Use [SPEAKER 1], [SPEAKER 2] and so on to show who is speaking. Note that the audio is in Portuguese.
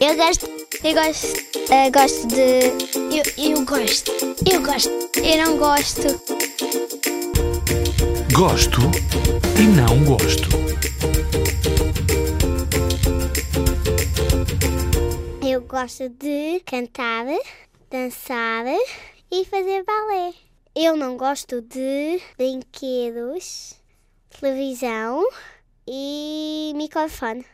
[SPEAKER 1] Eu gosto. Eu gosto. eh, gosto de. Eu, eu gosto. Eu gosto. Eu não gosto.
[SPEAKER 2] Gosto e não gosto.
[SPEAKER 1] Eu gosto de cantar, dançar e fazer balé. Eu não gosto de brinquedos, televisão e microfone.